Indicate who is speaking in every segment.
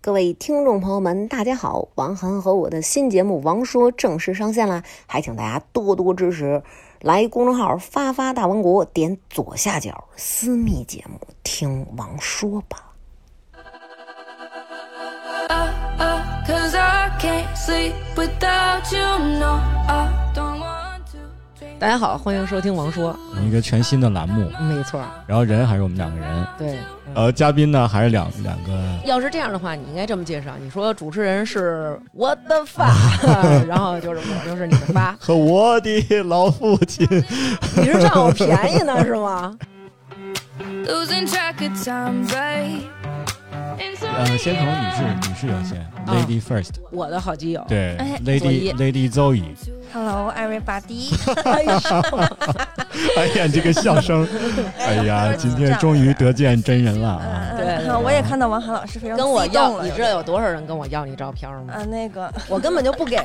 Speaker 1: 各位听众朋友们，大家好！王涵和我的新节目《王说》正式上线啦，还请大家多多支持。来公众号“发发大王国”，点左下角私密节目，听王说吧。大家好，欢迎收听《王说
Speaker 2: 一个全新的栏目，》，
Speaker 1: 没错，
Speaker 2: 然后人还是我们两个人，
Speaker 1: 对。
Speaker 2: 呃，嘉宾呢还是两两个，
Speaker 1: 嗯要是这样的话，你应该这么介绍：你说主持人 是我的 发，然后就是我就是你的发，
Speaker 2: 和我的老父亲，
Speaker 1: 你是占我便宜呢是吗？
Speaker 3: Losing track of time, babe.
Speaker 2: 呃，先从女
Speaker 1: 嗯
Speaker 2: 士女士优先、l a d y First，
Speaker 1: 我的好基友，
Speaker 2: 对、
Speaker 3: 哎
Speaker 2: l a d
Speaker 1: 佐伊
Speaker 2: y Lady Zoe，
Speaker 3: Hello, everybody.
Speaker 2: 哎呀，你这个 笑声，哎呀，今天终于得见真人了啊！
Speaker 1: 对对
Speaker 4: 嗯，我也看到王涵老师非常
Speaker 1: 跟我
Speaker 4: 激动
Speaker 1: 要，
Speaker 4: 了
Speaker 1: 你知道有多少人跟我要你照片吗？
Speaker 4: 啊，那 个
Speaker 1: 我根本就不给。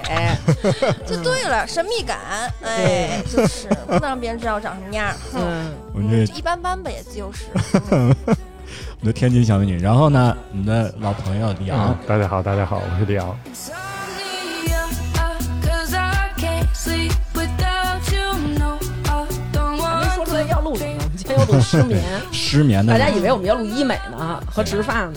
Speaker 4: 就对了，神秘感，哎，就是不能让别人知道我长什么样， 哼
Speaker 1: 嗯，
Speaker 2: 我们这
Speaker 4: 就一般般吧，也就是。
Speaker 2: 我们的天津小美女，然后呢，我们的老朋友李昂，
Speaker 5: 嗯大家好，大家好，我是李昂。
Speaker 3: Insomnia, uh, cause I can't sleep without you. No, I don't
Speaker 1: 还
Speaker 3: want
Speaker 1: 没说出来要录什么，我们今天要录失眠。
Speaker 2: 失眠的
Speaker 1: 大家以为我们要录医美呢，和植发呢。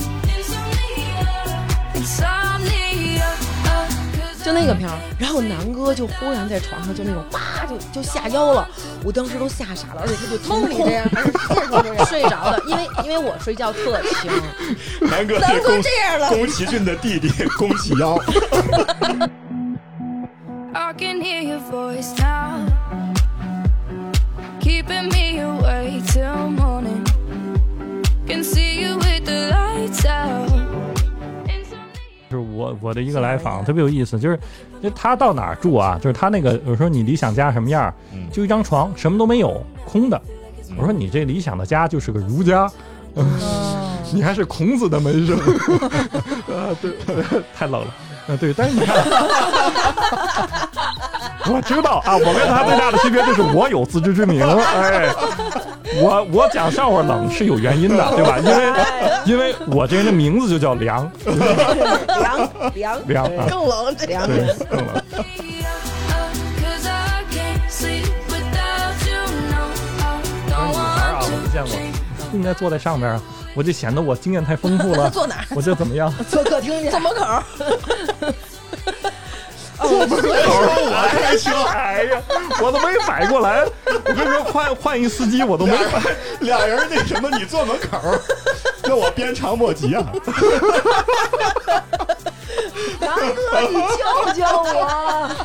Speaker 3: you. Insomnia, insomnia, uh, cause
Speaker 1: 就那个片儿，然后南哥就忽然在床上就那种哇就就下腰了，我当时都吓傻了，而且他就梦里这样，睡着的，因为因为我睡觉特轻，
Speaker 2: 南哥
Speaker 4: 南哥这样了，
Speaker 2: 宫崎骏的弟弟宫崎幺，
Speaker 3: I can hear your voice now. Keeping me awake till morning. Can see you with the lights out. Insomnia.
Speaker 5: 就是我我的一个来访特别有意思，就是就他到哪儿住啊？就是他那个我说你理想家什么样？
Speaker 2: 嗯
Speaker 5: 就一张床，什么都没有，空的。
Speaker 2: 嗯
Speaker 5: 我说你这理想的家就是个儒家， 你还是孔子的门生。 啊， 对，太冷了。啊，对，但是你看，我知道啊，我跟他最大的区别就是我有自知之明，哎，我我讲笑话冷是有原因的，对吧？因为因为我这人的名字就叫梁，
Speaker 1: 凉凉
Speaker 5: 凉啊
Speaker 1: 更冷这凉。
Speaker 5: 对，更冷。
Speaker 3: uh, Cause I can't sleep without you. No, I don't
Speaker 5: 啊，我
Speaker 3: want
Speaker 5: 没见过，应该坐在上边儿，我就显得我经验太丰富了。
Speaker 4: 坐哪儿？
Speaker 5: 我就怎么样？
Speaker 1: 坐客厅去，
Speaker 4: 坐门口儿。
Speaker 1: 哦
Speaker 5: 我开车，哎呀，我都没反应过来。我跟你说，换换一司机我都没反。
Speaker 2: 俩人那什么，你坐门口，那我鞭长莫及啊！
Speaker 1: 南哥你救救我！